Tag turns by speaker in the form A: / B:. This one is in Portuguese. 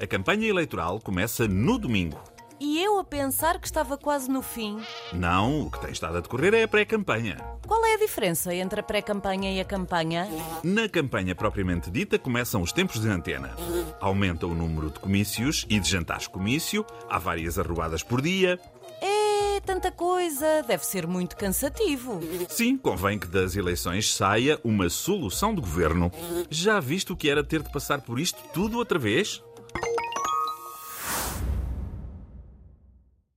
A: A campanha eleitoral começa no domingo.
B: E eu a pensar que estava quase no fim.
A: Não, o que tem estado a decorrer é a pré-campanha.
B: Qual é a diferença entre a pré-campanha e a campanha?
A: Na campanha propriamente dita começam os tempos de antena. Aumenta o número de comícios e de jantares-comício, há várias arruadas por dia.
B: É tanta coisa, deve ser muito cansativo.
A: Sim, convém que das eleições saia uma solução de governo. Já viste o que era ter de passar por isto tudo outra vez?